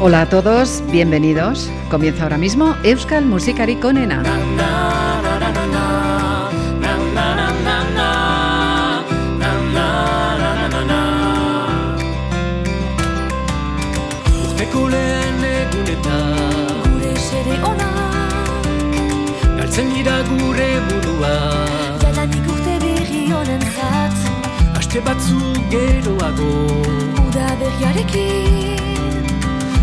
Hola a todos, bienvenidos. Comienza ahora mismo Euskal Musikari Konena. Urteko lehen egunetan Gure sere onak Galtzen dira gure burua Jadanik urte berri honen zat Aste batzuk geroago Uda berriarekin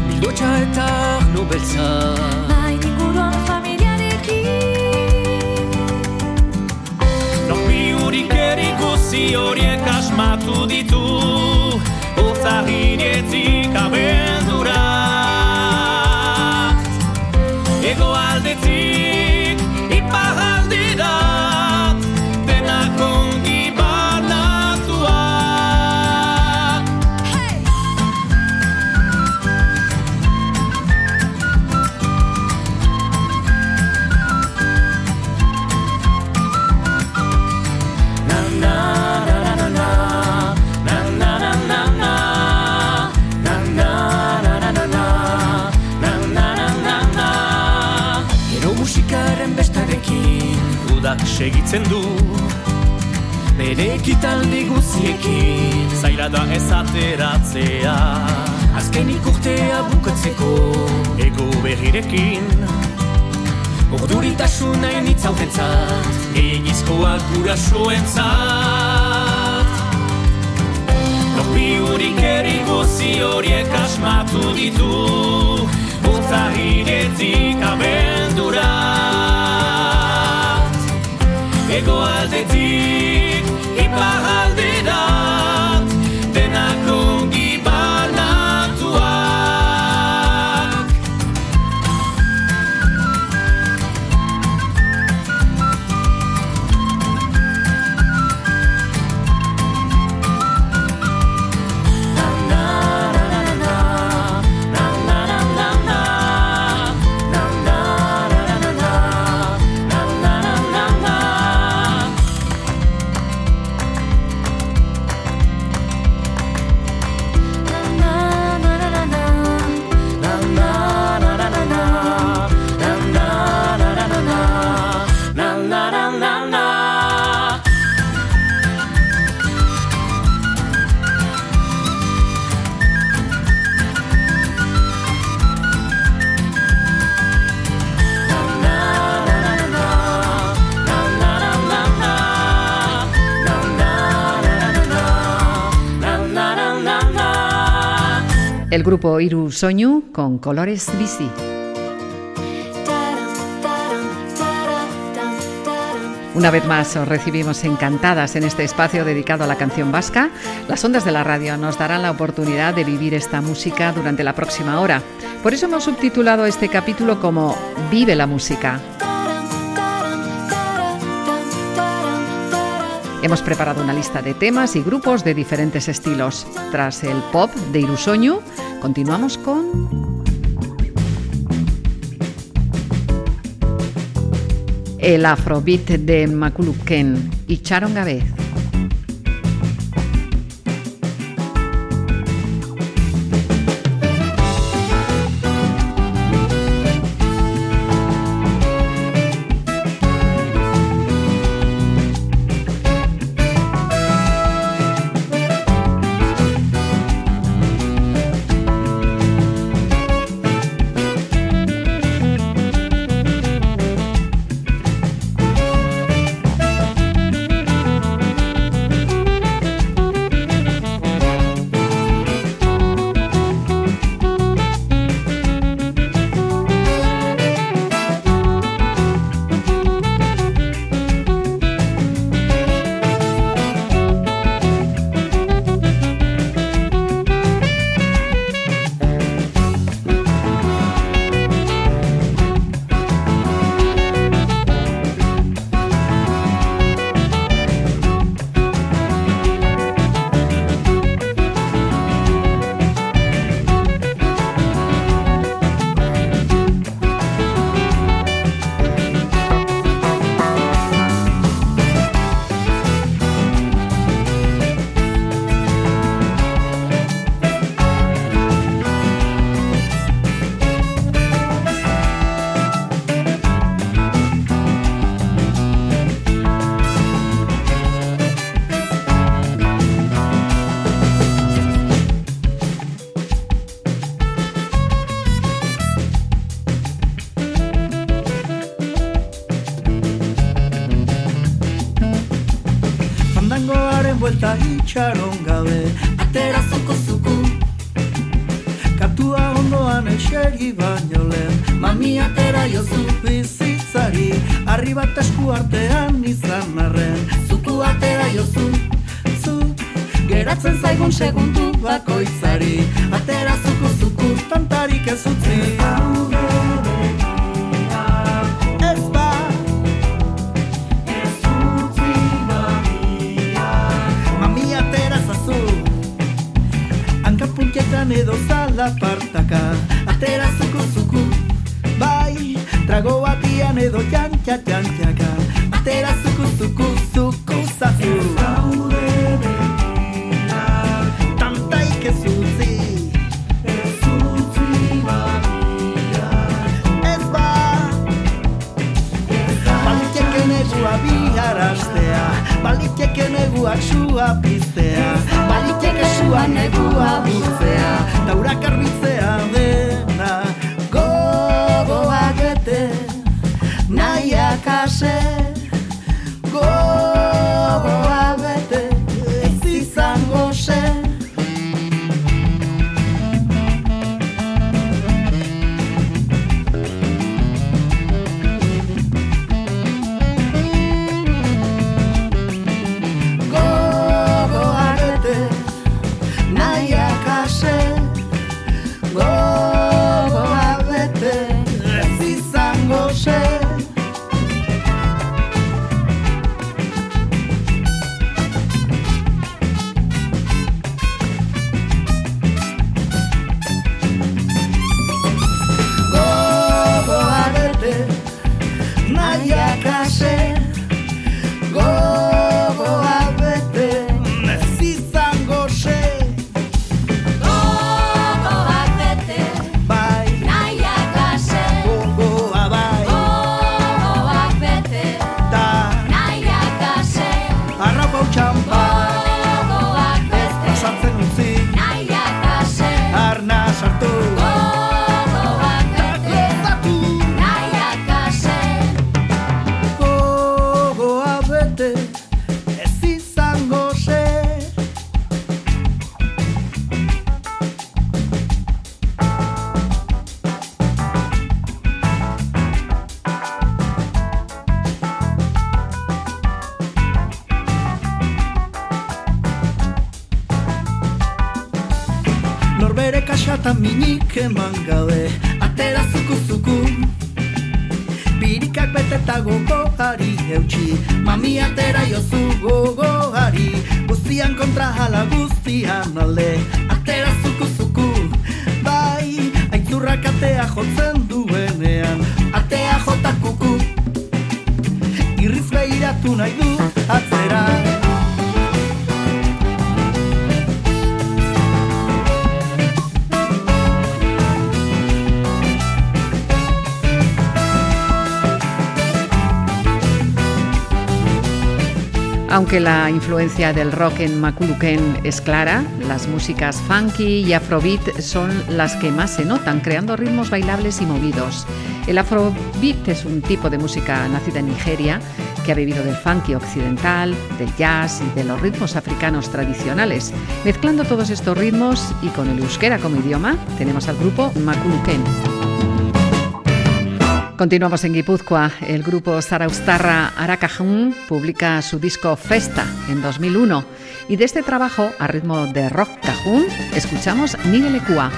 Bildotxa eta arno beltza Bai, Nain inguruan familiarekin Norbi hurik erikusi horiek asmatu ditu Otzarrin etzik abendura Ego aldetik ipar aldera Denak ongi banatuak Gero musikaren bestarekin Udak segitzen du Bere ekitaldi guziekin Zaila da ez ateratzea Azkenik urtea bukatzeko Ego berrirekin Urduritasun hain itzautentzat Egizkoak gurasoentzat Lopi hurik erikozi horiek asmatu ditu Otza hiretik abendura Ego aldetik ipar aldera Denak ongi banatuak Na na na na na Na na na na na El grupo Iru Soñu con Colores Bici. Una vez más os recibimos encantadas en este espacio dedicado a la canción vasca. Las ondas de la radio nos darán la oportunidad de vivir esta música durante la próxima hora. Por eso hemos subtitulado este capítulo como Vive la música. Hemos preparado una lista de temas y grupos de diferentes estilos. Tras el pop de Irusoñu, continuamos con... El afrobeat de Makuluken y Charon Gabez. itxaron gabe Atera zoko zuku, Kaptua ondoan eseri baino lehen mami atera jozu Bizitzari Arri bat esku artean izan arren Zuku atera jozu, Zu geratzen zaigun segundu bakoitzari Atera zuku zuku, Tantarik ez utzi Ez ba Mami atera zazu Hankapunketan edo zala partaka atera zuku zuku Bai, trago batian edo jantxa jantxaka Atera zuku zuku zuku zazu Tantaik ez utzi Ez ba Baliteken egua bihar astea Baliteken eguak sua piztea Baliteke suan egua butzea Taurak arbitzea dena Gogoa gete Nahiak ase Gogoa bete Ez izango zen Gogoa bete Nahiak ase Gogoa bete Ez izango zen Gogoa bete Nahiak ase Gogoa bete Ez izango zen Gogoa bete, Bai, nahiak ase gogoa bai Gogoa bete, Da, nahiak ase arrapau txampa Gogoa bete, Sartzen utzi, nahiak ase arna sartu Gogoa bete, Gozatu, nahiak ase gogoa bete Ez izango zen Norbere kaxatan minik eman gabe Atera zuku zuku Birikak beteta gogoari eutxi Mami atera jozu gogoari Guztian kontra jala guztian alde Atera zuku zuku Bai, aitzurrak atea jotzen duenean Atea jota kuku Irriz behiratu nahi du atzera Aunque la influencia del rock en Maculuquén es clara, las músicas funky y afrobeat son las que más se notan, creando ritmos bailables y movidos. El afrobeat es un tipo de música nacida en Nigeria que ha bebido del funky occidental, del jazz y de los ritmos africanos tradicionales. Mezclando todos estos ritmos y con el euskera como idioma, tenemos al grupo Maculuquén. Continuamos en Guipúzcoa. El grupo zaraustarra Arakajun publica su disco Festa en 2001 y de este trabajo, a ritmo de rock cajún, escuchamos Miguel Ecua.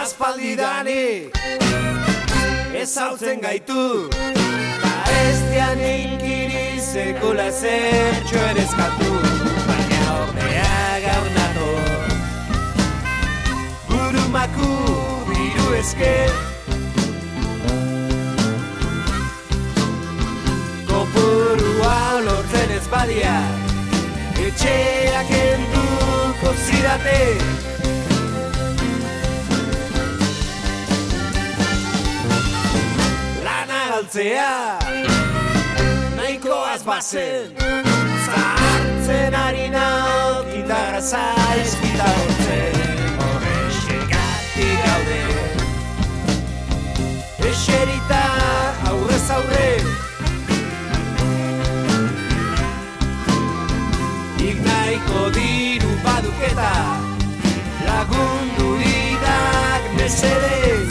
Aspaldidani Ez hautzen gaitu Ta ez dian einkiri sekula zer txoen eskatu Baina ordea gaur nato Burumaku diru eske Kopurua lortzen ez badia Etxeak enduko zidate galtzea Nahikoaz bazen Zahartzen ari nau Gitarra zaiz gitarrotzen Horrexegatik gaude Eserita aurrez aurre Ignaiko diru baduketa Lagundu didak mesedez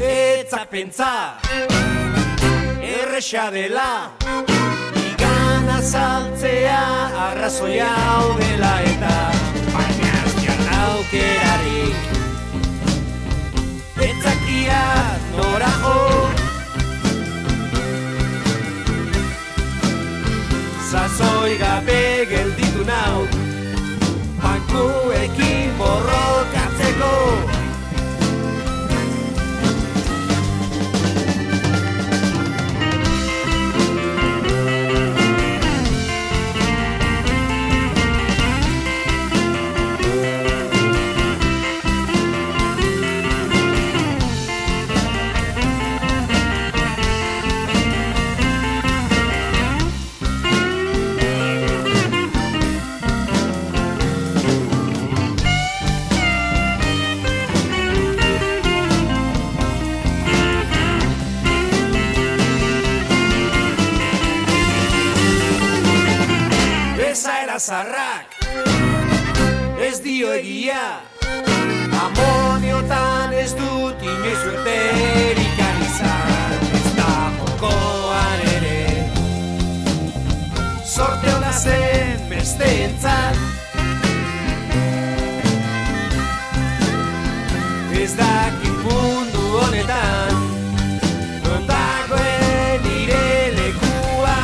Etzak pentsa Erresa dela Igana saltzea Arrazoi hau dela eta Baina ez jan aukerarik Etzakia nora jo Zazoi gabe gelditu nau Bankuekin borrokatzeko Ezaera zarrak Ez dio egia Amoniotan ez dut inoiz uerterik izan Ez da jokoan ere Sorte hona zen beste entzat Ez dakit mundu honetan Non dagoen nire lekua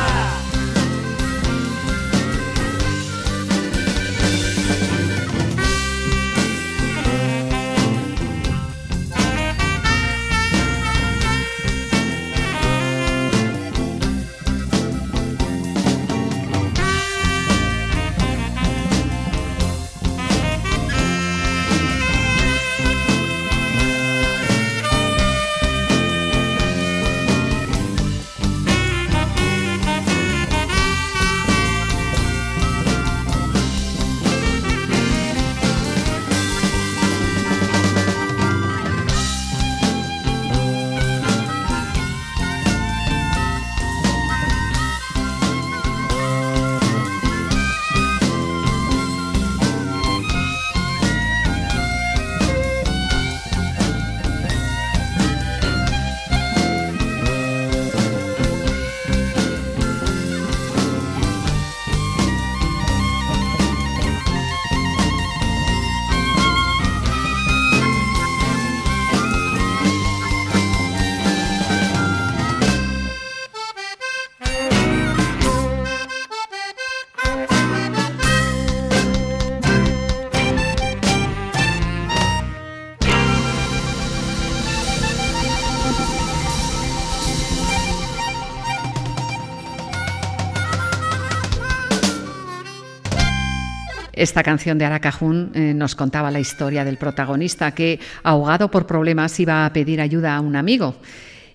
Esta canción de Aracajún eh, nos contaba la historia del protagonista que, ahogado por problemas, iba a pedir ayuda a un amigo.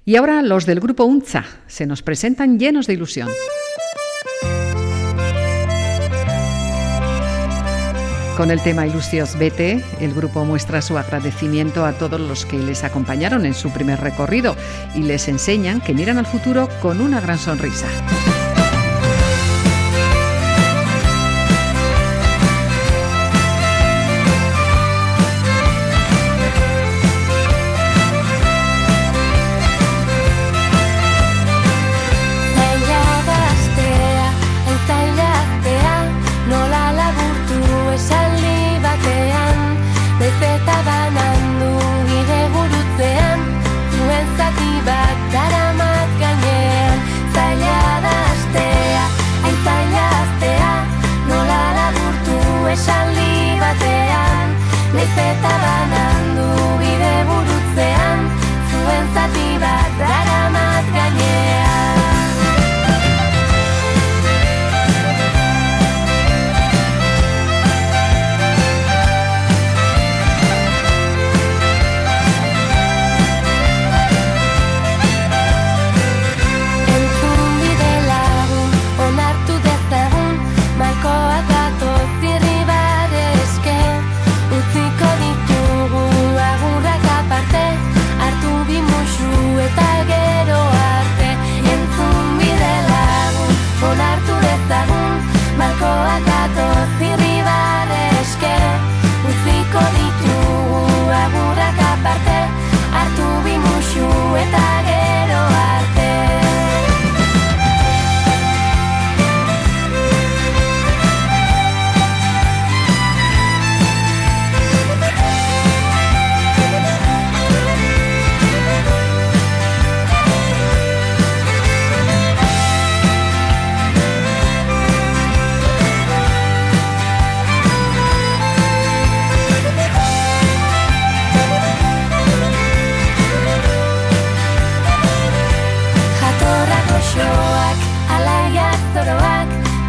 Y ahora los del grupo Unza se nos presentan llenos de ilusión. Con el tema Ilusios Vete, el grupo muestra su agradecimiento a todos los que les acompañaron en su primer recorrido y les enseñan que miran al futuro con una gran sonrisa. Zaila da astea, ez zaila astea, nola laburtu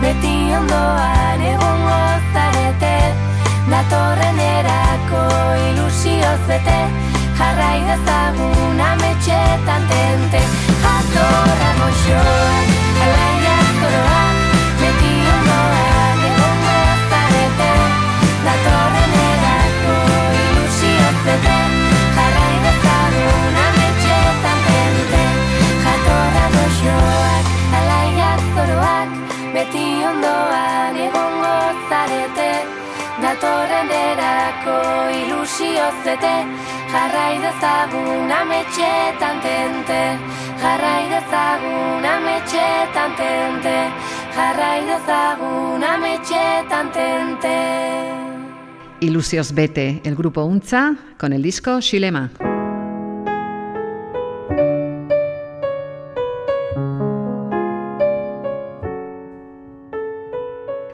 ondoan egongo zarete Datorren erako ilusioz bete Jarrai dezagun ametxetan tente Jatorra goxoan, alaia zoroa Beti ondoan egongo zarete Datorren erako ilusioz bete Jarrai dezagun ametxetan tente Jatorra goxoak, alaiak zoroak Beti ondoan egongo zarete Datorren erako ilusioz bete Jarrai dezagun ametxetan tente Jarrai dezagun ametxetan tente Jarrai dezagun ametxetan tente Ilusios Bete, el grupo Unza, con el disco Shilema.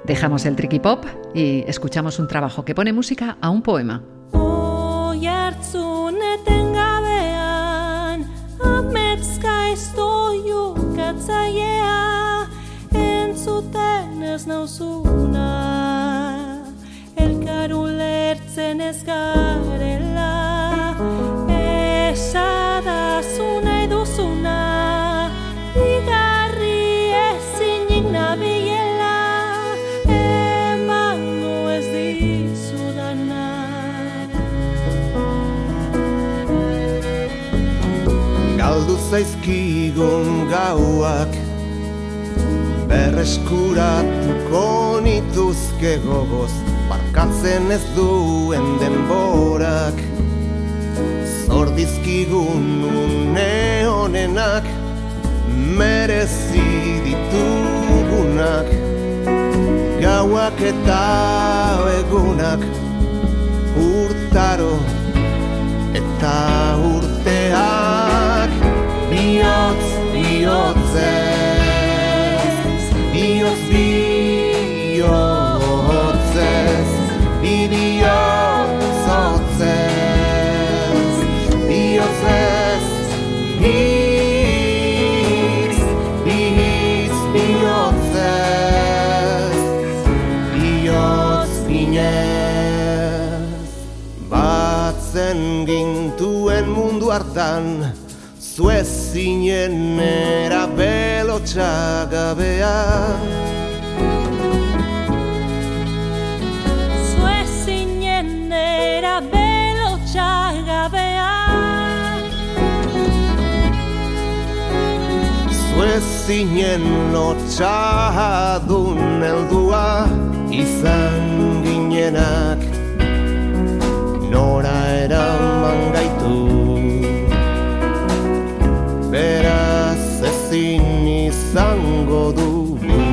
Dejamos el tricky pop y escuchamos un trabajo que pone música a un poema. Oihartzun etengabean Ametska estoio katzailea Entzuten ez nauzuna Elkar ulertzen ez garela Esadazu nahi duzuna Igarri ezinik nabilela Emango ez dizudana Galdu zaizkigun gauak Berreskuratuko nituzke gogoz Barkatzen ez duen denborak Zordizkigun une honenak Merezi ditugunak Gauak eta egunak Urtaro eta urteak bihotz bihotzez bihotz bihotzez bi bihotz hotzez bihotzez hitz bihiz bihotzez bihotz ginez Batzen gintuen mundu hartan Zuez zinen era belotxagabea Zuezinen era belotxagabea Zuez zinen lotxadun heldua Izan ginenak Nora eraman gaitu Beraz ezin izango dugu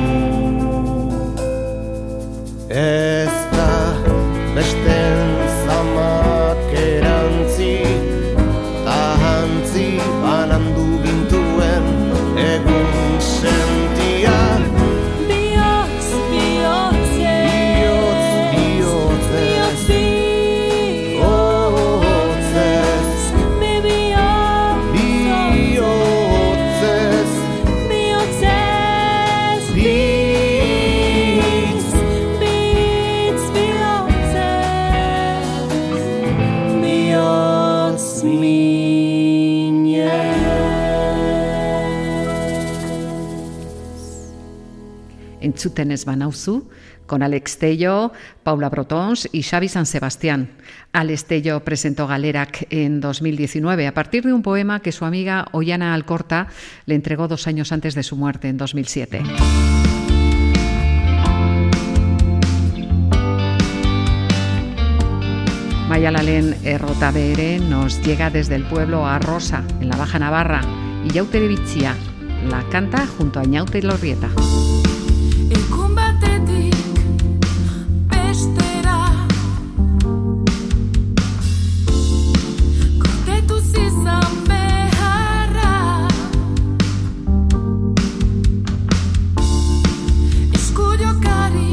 Ez da besten zamak erantzi Ta hantzi banandu gintuen egun sentia Bihotz, Bihotz, bihotzez Hotzez Bihotzez Bitz Entzuten ez banauzu, con Alex Tello, Paula Brotons y Xavi San Sebastián. Alex Tello presentó Galerac en 2019 a partir de un poema que su amiga Ollana Alcorta le entregó dos años antes de su muerte, en 2007. Mayalalen Errotabere nos llega desde el pueblo a Rosa, en la Baja Navarra, y Yaute de Bitxia la canta junto a Ñaute Lorrieta. Egun batetik bestera Kortetu zizan beharra Eskudiokari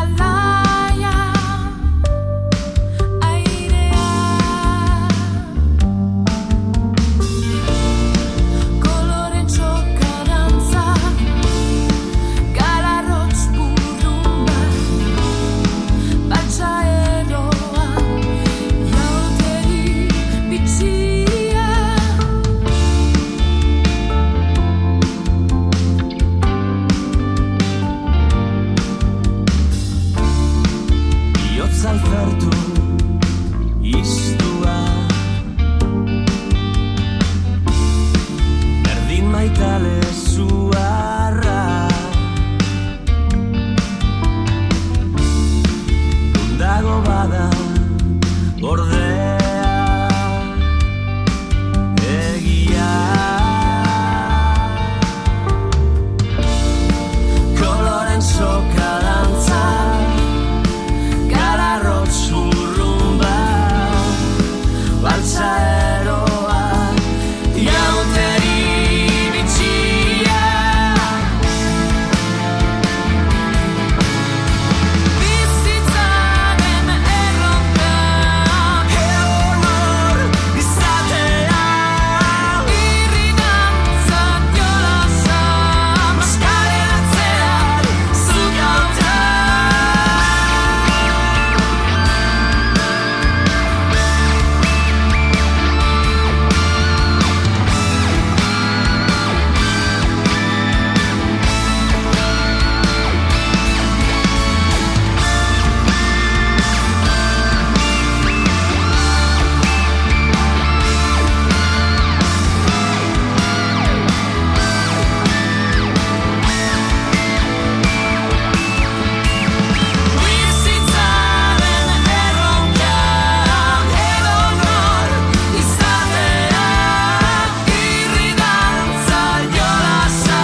alaia airea Koloren txokarantza Ordea egia Koloren soka dantza Gararrot zurrumba Baltza eroa Iauteri bitxia Bizitzaren erronka Egonor izatea Irridantzan jolasa Maskaren atzean zuk hauta Bizitzaren erronka Egonor izatea Irridantza jolasa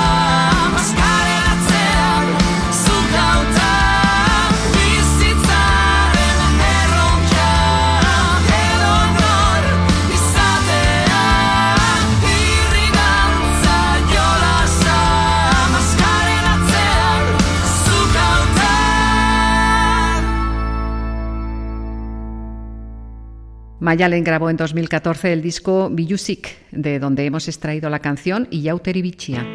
Maskaren atzean zuk hauta Bizitzaren erronka Egonor izatea Irridantza jolasa Maskaren atzean zuk hauta Mayalen grabó en 2014 el disco Bilusik, de donde hemos extraído la canción Iyauteri Bichia.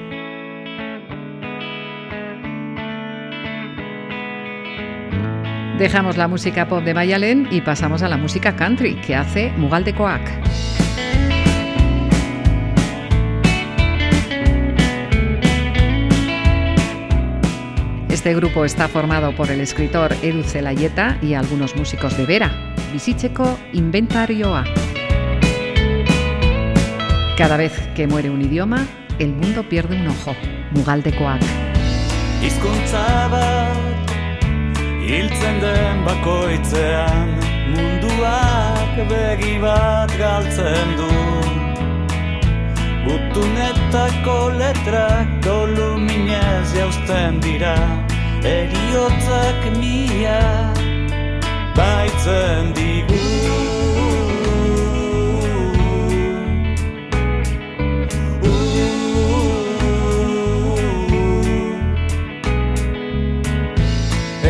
Dejamos la música pop de Mayalen y pasamos a la música country que hace Mugal de Coac. Este grupo está formado por el escritor Edu Zelayeta y algunos músicos de Vera, Bisitzeko Inventarioa. Cada vez que muere un idioma, el mundo pierde un ojo. Mugaldekoak. Hizkuntza bat Hiltzen den bakoitzean Munduak begi bat galtzen du Gutunetako letrak Doluminez jausten dira Eriotzak mila Baitzen digu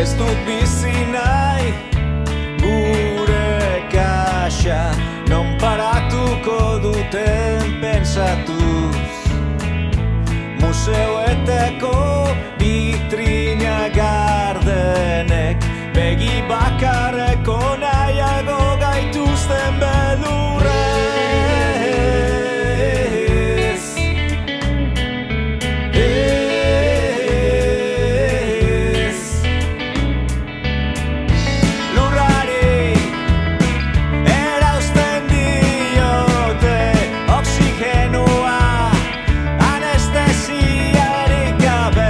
Ez dut bizi nahi gure kaxa Non paratuko duten pensatuz Museoetako bitrina gardenek Begi bakarreko nahiago gaituzten belurrez Ez lurrari Erausten diote oksigenua Anestesiarik gabe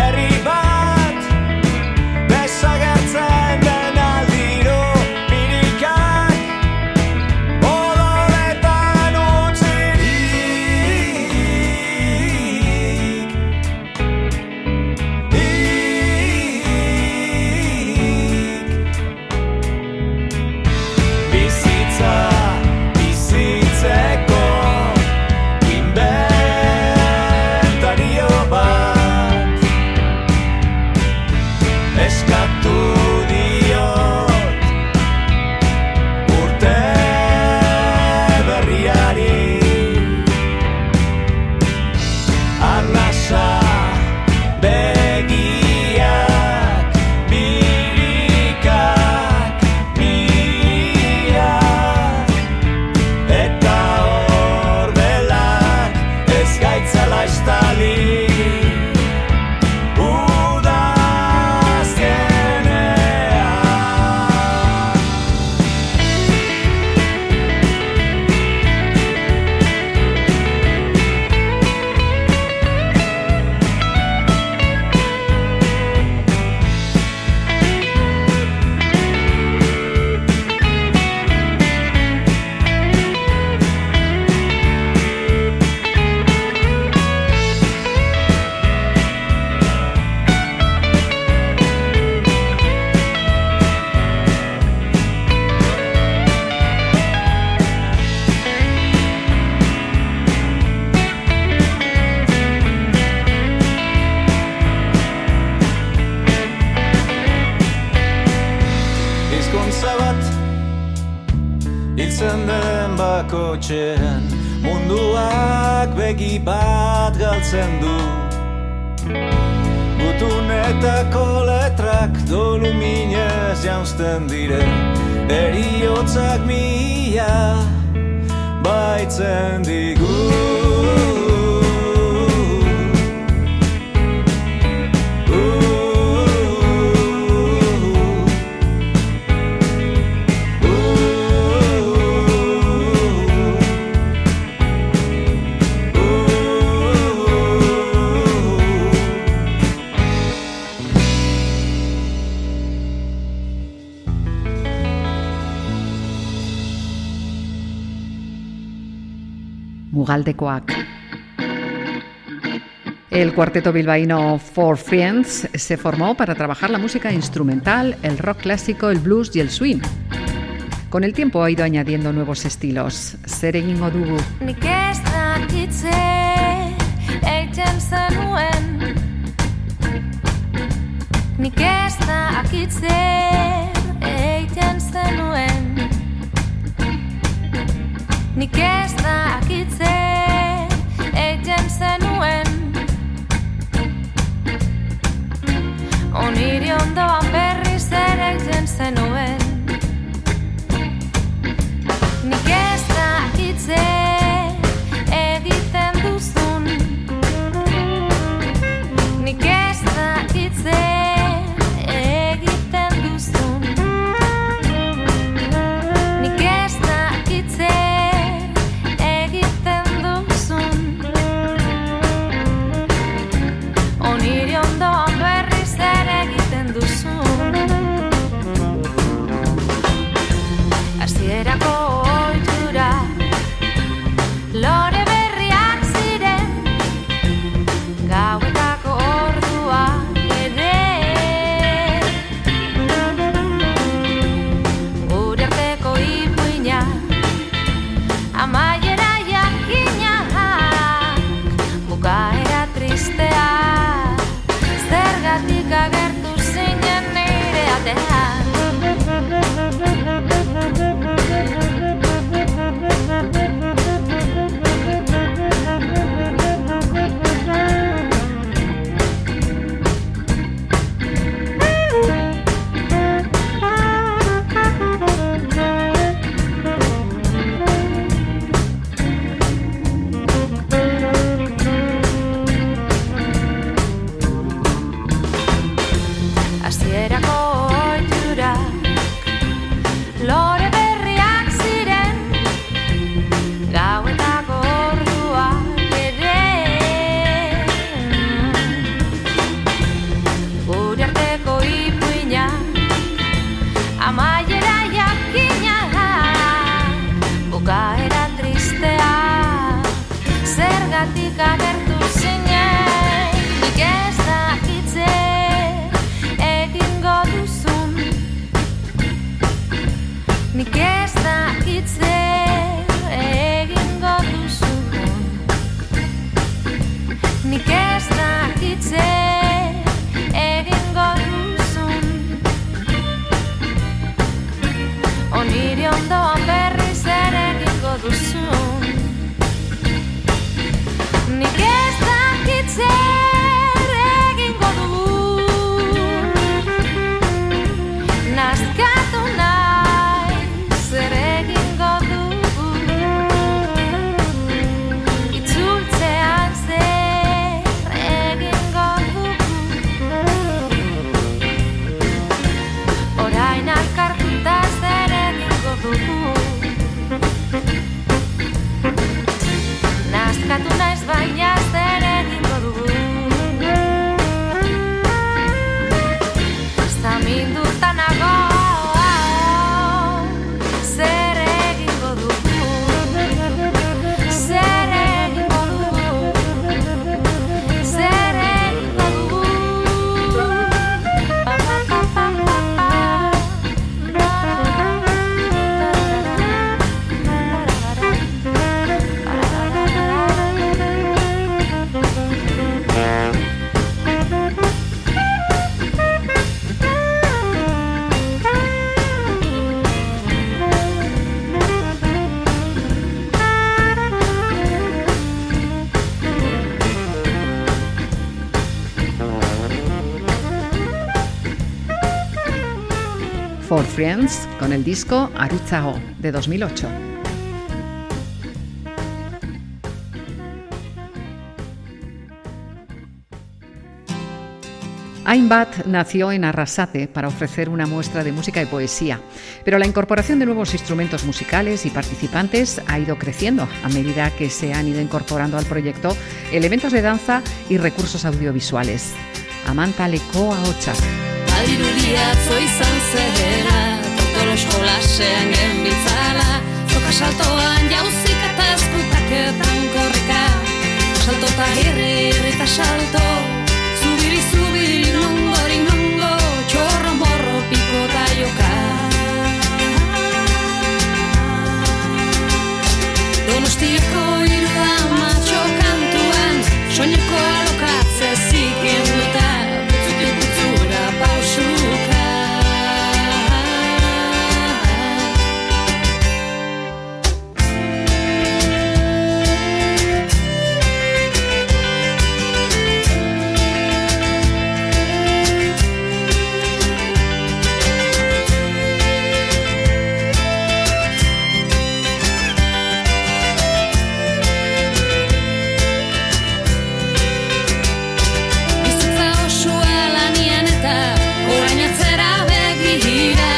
herri bat Desagertzen den aldiro Hiltzen den bakotxean Munduak begi bat galtzen du Gutunetako letrak doluminez jaunsten dire Eriotzak mila baitzen digu mugaldekoak. El cuarteto bilbaíno Four Friends se formó para trabajar la música instrumental, el rock clásico, el blues y el swing. Con el tiempo ha ido añadiendo nuevos estilos. Zer egingo dugu? Nik ez dakitze Eiten zenuen Nik ez dakitze Eiten zenuen Nik ez dakitze Eiten zenuen Oniri ondoan berriz ere egiten zenuen Nik ez dakitze egiten duzun Nik ez dakitze egiten duzun Nik ez dakitze egiten duzun Oniri ondoan berriz ere egiten duzun Hasierako ohitura Lore berriak ziren Gauetako ordua ere Gure arteko ipuina Amaiera jakina Bukaera tristea Zergatik agertu zinen nire atean Hasierako ohitura Lore berriak ziren Gauetako ordua ere Gure arteko ipuina Amaiera jakina Bukaera tristea Zergatik agertu zinen Nik ez dakitze Egingo duzun Nik ez dakit zer egingo duzun Nik ez dakit zer egingo duzun Oniri ondoan berriz ere egingo duzun Nik ez dakit zer egingo dugun Nazkatu naiz zer egingo dugu Itzultzean zer for Friends con el disco Arutzao de 2008. Aimbat nació en Arrasate para ofrecer una muestra de música y poesía, pero la incorporación de nuevos instrumentos musicales y participantes ha ido creciendo a medida que se han ido incorporando al proyecto elementos de danza y recursos audiovisuales. Amanta Lekoa Hotxak. Badirudi atzo izan zera Totolos jolasean genbitzala Zoka saltoan jauzik eta ezkutaketan korrika Salto eta irri, irri eta salto Zubiri, zubiri, nongo, nongo Txorro, morro, piko eta joka Donostiako irda matxo kantuan Soineko alokatze zikin duta Butzutik butzura pausuka Bizitza osua lanian eta orain atzera begira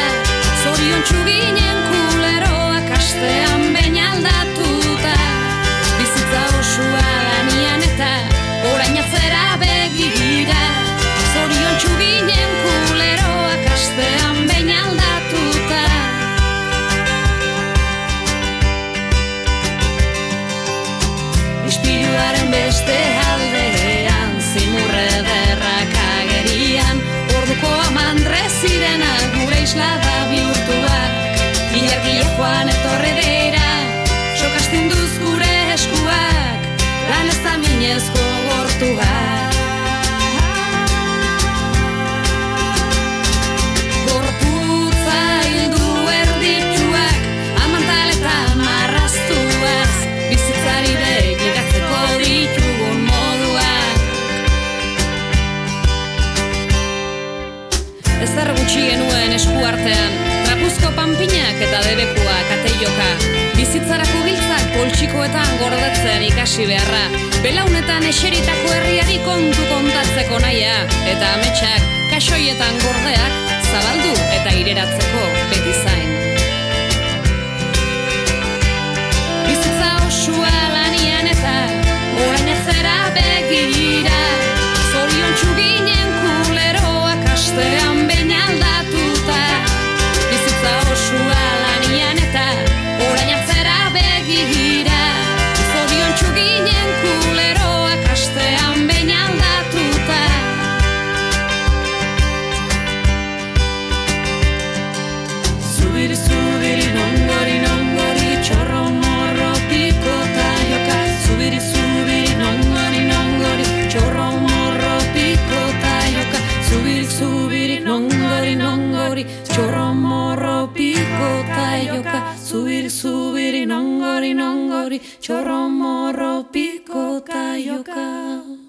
Zorion txuginen kuleroak astean behin aldatuta Bizitza osua lanian eta orain atzera begira Zorion txuginen kuleroak astean behin aldatuta Ispiluaren beste aldean Zimurre derrak agerian Orduko amandre zirenak Gure isla da bihurtuak Ilargia joan etorri deira Sokastinduz gure eskuak Lan ez da minezko gortuak Gorputza hildu erdituak Amantal eta marraztuaz Bizitzari begiratzeko ditugun moduak Ezer gutxi genuen esku artean Trapuzko panpinak eta debekuak ateioka Bizitzarako giltzak poltsikoetan gordetzen ikasi beharra Belaunetan eseritako herriari kontu kontatzeko naia Eta ametsak kasoietan gordeak zabaldu eta ireratzeko beti zain Bizitza osua lanian eta orain ezera begira Zorion txuginen kuleroak astean behin aldatuta Bizitza osua lanian eta orain atzera begira Zorion txuginen kuleroak astean behin aldatuta Zubiri, zubiri, nongori, nongori, txorro, morro, piko eta joka. Zubiri, zubiri, nongori, nongori, txorro, morro, piko eta joka. Zubiri, zubiri, nongori, nongori, txorro, morro, piko eta joka. Zubiri, zubiri, nongori, nongori, txorro, morro, piko eta joka.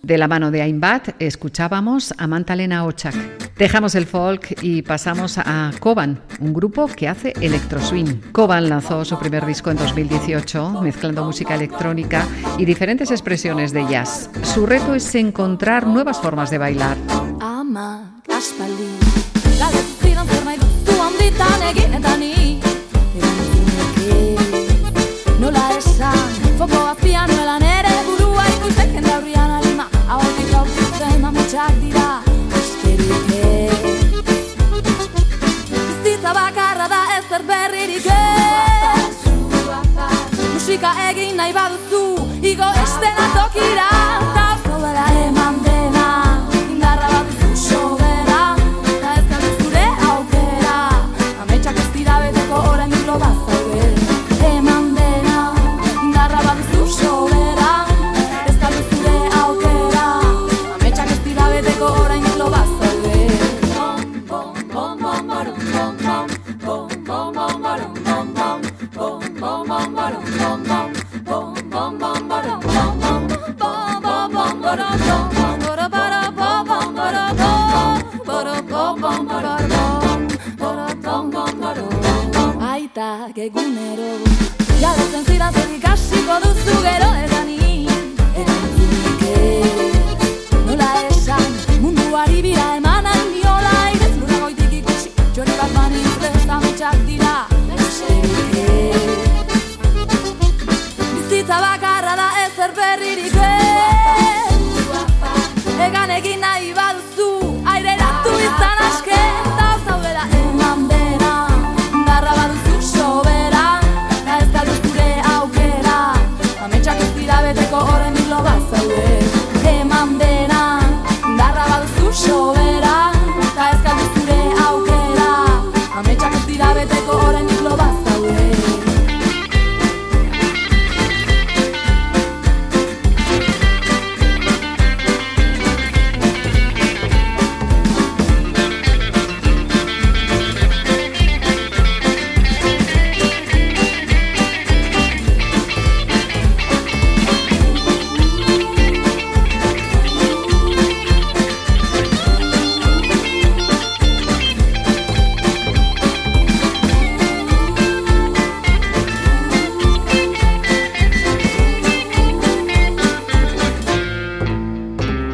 De la mano de Aimbat escuchábamos a Mantalena Ochak. Dejamos el folk y pasamos a Koban, un grupo que hace electro swing. Koban lanzó su primer disco en 2018, mezclando música electrónica y diferentes expresiones de jazz. Su reto es encontrar nuevas formas de bailar. Ama, aspaldi Galdetu zidan zer nahi duzu handitan egin eta ni Erantzunik ez. Nola esan, foko azpian nuela nere burua ikusten jendaurrian alima Ahotik aurkitzen ametsak dira, esperik ez Bizitza bakarra da ezer berririk ez Musika egin nahi baduzu, igo estena tokira Ta zaudela eman dena, indarra baduzu sobera Ta ez galdu zure aukera, ametsak ez dira beteko orain dilo bazaude Eman dena, indarra baduzu sobera Ez galdu zure aukera, ametsak ez dira beteko orain dilo bazaude Bom, bom, bom, barum, bom, bom Bom, bom, bom, barum, bom, bom Bom, bom, bom, barum, bom, bom Bom, bom, bom, barum, bom, bom Bom, gero Galetzen zidan zer ikasiko duzu gero eta ni Erantzunik ez Nola esan munduari bira emanan diola Irez lurra goitik ikusi txori bat maniz bezan dira Besterik ez Bizitza bakarra da ezer berririk ez Egan egin nahi baduzu Aireratu izan aske Eta zaudela eman dena Garra baduzu sobera Eta ez galdu zure aukera Ametsak ez dira beteko horren hilo bat zaude Eman dena Garra baduzu sobera Eta ez galdu zure aukera Ametsak ez dira beteko horren hilo bat zaude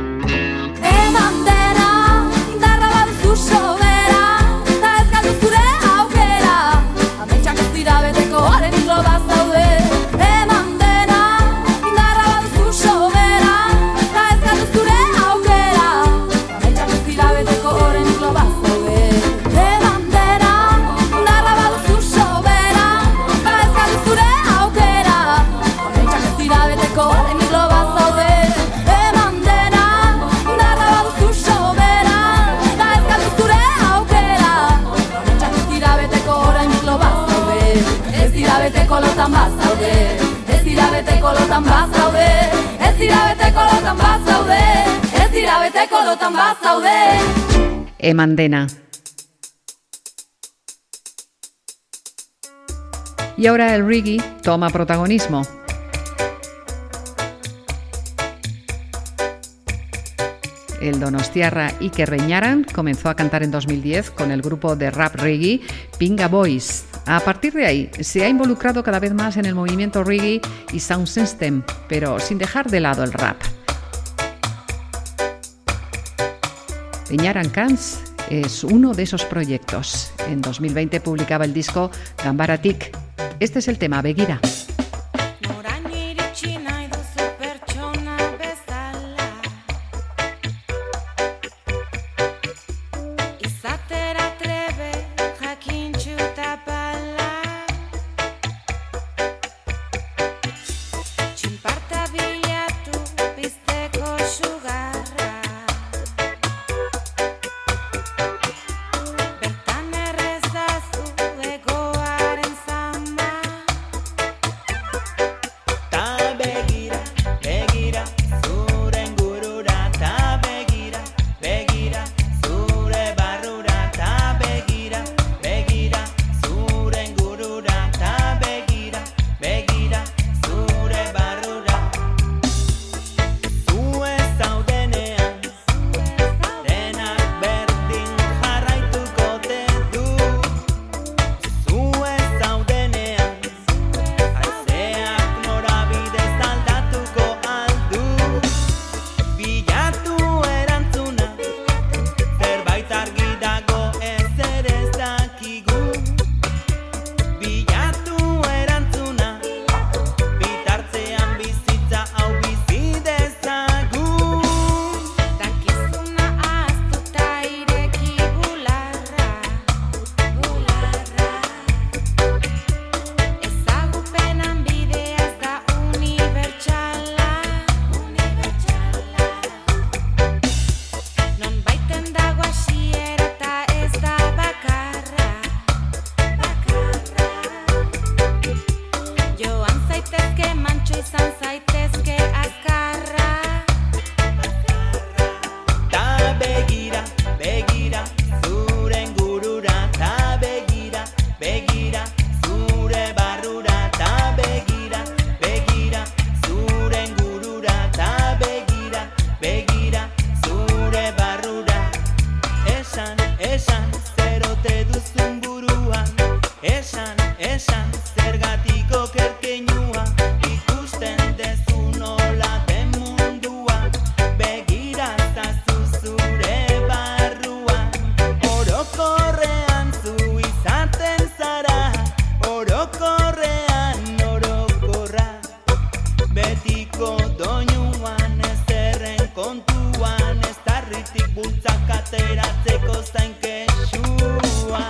Eman dena, indarra baduzu sobera Ta ez galdu zure aukera Ametsak ez dira beteko haren hilo bazaude Eman dena, indarra baduzu sobera Ta ez galdu zure aukera Ametsak ez dira beteko haren hilo bazaude Eman dena, indarra baduzu sobera Ta ez galdu zure aukera Ametsak ez dira beteko haren hilo bazaude Eman dena, indarra baduzu sobera Ta ez galdu zure aukera Ametsak ez dira beteko orain hilo bazaude Ez dira beteko lotan bazaude Ez dira beteko lotan bazaude Ez dira beteko lotan bazaude Ez dira beteko lotan bazaude Eman dena. Y ahora el reggae toma protagonismo. El donostiarra Iker Reñaran comenzó a cantar en 2010 con el grupo de rap reggae Pinga Boys. A partir de ahí se ha involucrado cada vez más en el movimiento reggae y sound system, pero sin dejar de lado el rap. Peñaran Cans es uno de esos proyectos. En 2020 publicaba el disco Gambaratik. Este es el tema Begira. Noraino iritsi nahi duzu pertsona bezala Izatera trebe jakintxu eta pala Txinparta bilatu bizteko sugarra Bertan errezazu egoaren zama Ta begira, begira, zure ingurura Ta begira, begira, zure barrura Ta begira, begira, zure ingurura Ta begira, begira, zure barrura Zu ez daudenean Denak berdin jarraituko te du Zu ez daudenean Aizeak norabidez aldatuko aldu Bilatu erantzuna Zerbait argi dago ez ere ez dakigu Bilatu erantzuna Bitartean bizitza hau bizi dezagun Dakizuna ahaztuta ireki bularra Bularra Ezagupenan bidea ez da unibertsala Unibertsala Non baiten dago asiera eta ez da bakarra Bakarra Joan zaitezke mantxo izan zaitezke azkarra Ta begira, begira, zure ingurura Ta begira, begira, zure barrura Ta begira, begira, zure ingurura Ta begira, begira, zure barrura Esan, esan, zerote duzun buruan Esan, esan, zer ateratzeko zain kexua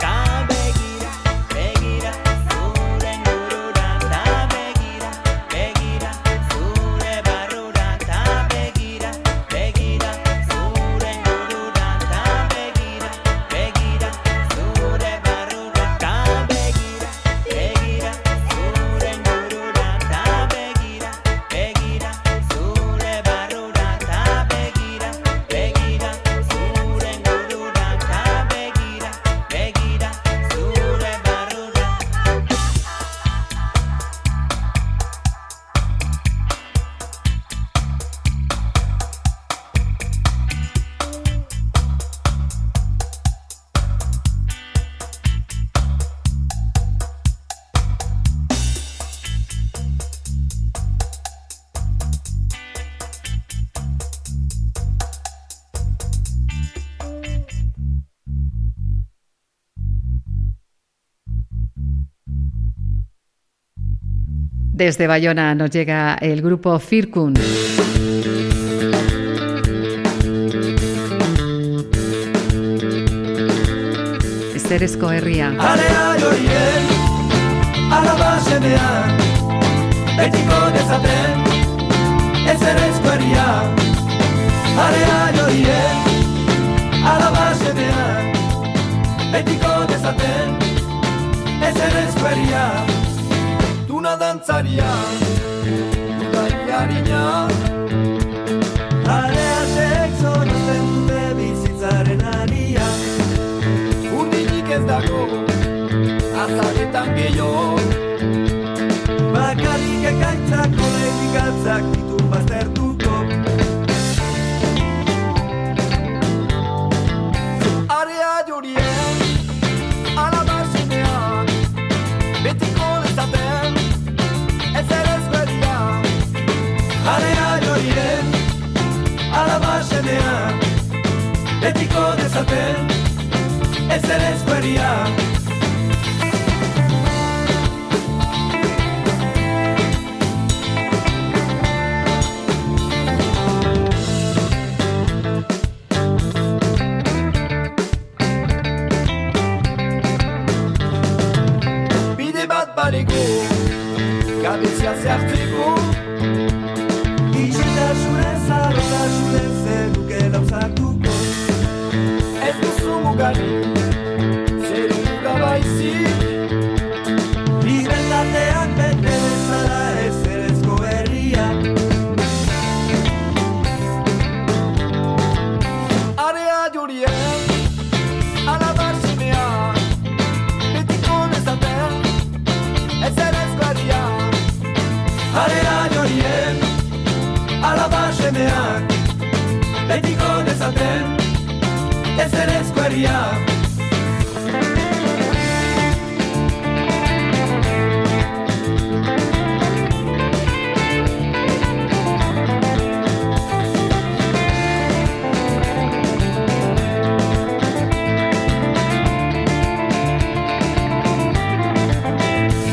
Ta begira, begira, zure ingurura Ta begira, begira, zure barrura Ta begira, begira, zure ingurura Ta begira, begira, zure barrura Ta begira, begira, zure ingurura Ta begira, begira, zure barrura Ta begira, begira, zure ingurura Ta begira, begira, zure barrura Desde Bayona nos llega el grupo Firkun. Esterezko herria. Alean horien, alaba semean Betiko dezaten, ez ere eskueria Alean horien, alaba semean Betiko dezaten, ez ere eskueria Tuna dantzaria, udari harina Aleasek zorrezten dute bizitzaren aria Urdinik ez dago, azaletan gehiago Bakarrik ekaitzak kolegik altzak ditu baztertuko Area jorien, alabar zinean Betiko dezaten, ez ere ezberia Area jorien, alabar zinean Betiko dezaten, ez ere ezberia bide bat balego Gabezia zehartzeko Itxitasunez, zarotasunez, zeduke lauzatuko Ez duzu mugari, zeru muga baizik Libertateak bete bezala ez erezko herria Area jurien, alabar zinean Betiko nezaten, ez ere ezkoaria Area jorien, alaba semeak Betiko nezaten, ez ere ezkoaria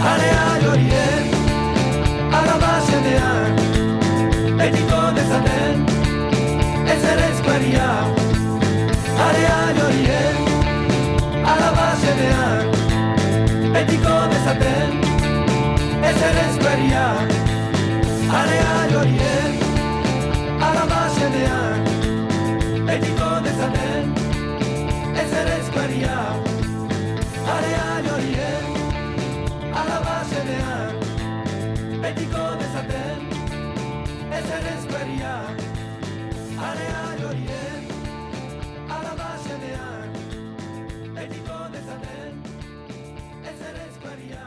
Area jorien, alaba semeak Betiko nezaten, ez ere ezkoaria Area jorien, alaba semeak Betiko nezaten, ez ere ezkoaria Area jorien, alaba semeak Betiko nezaten, ez ere ezkoaria Area jorien, alaba semeak Betiko dezaten, ez ere ezberia Area jorien, alaba semeak Betiko dezaten, ez ere ezberia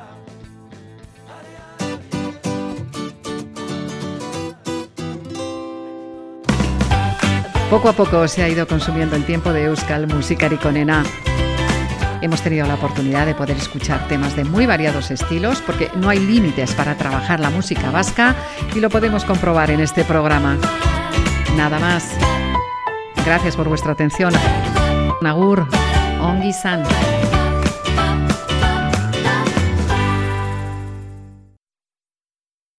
Poco a poco se ha ido consumiendo el tiempo de Euskal Musikarik onena. Hemos tenido la oportunidad de poder escuchar temas de muy variados estilos porque no hay límites para trabajar la música vasca y lo podemos comprobar en este programa. Nada más. Gracias por vuestra atención. Nagur, Ongi San.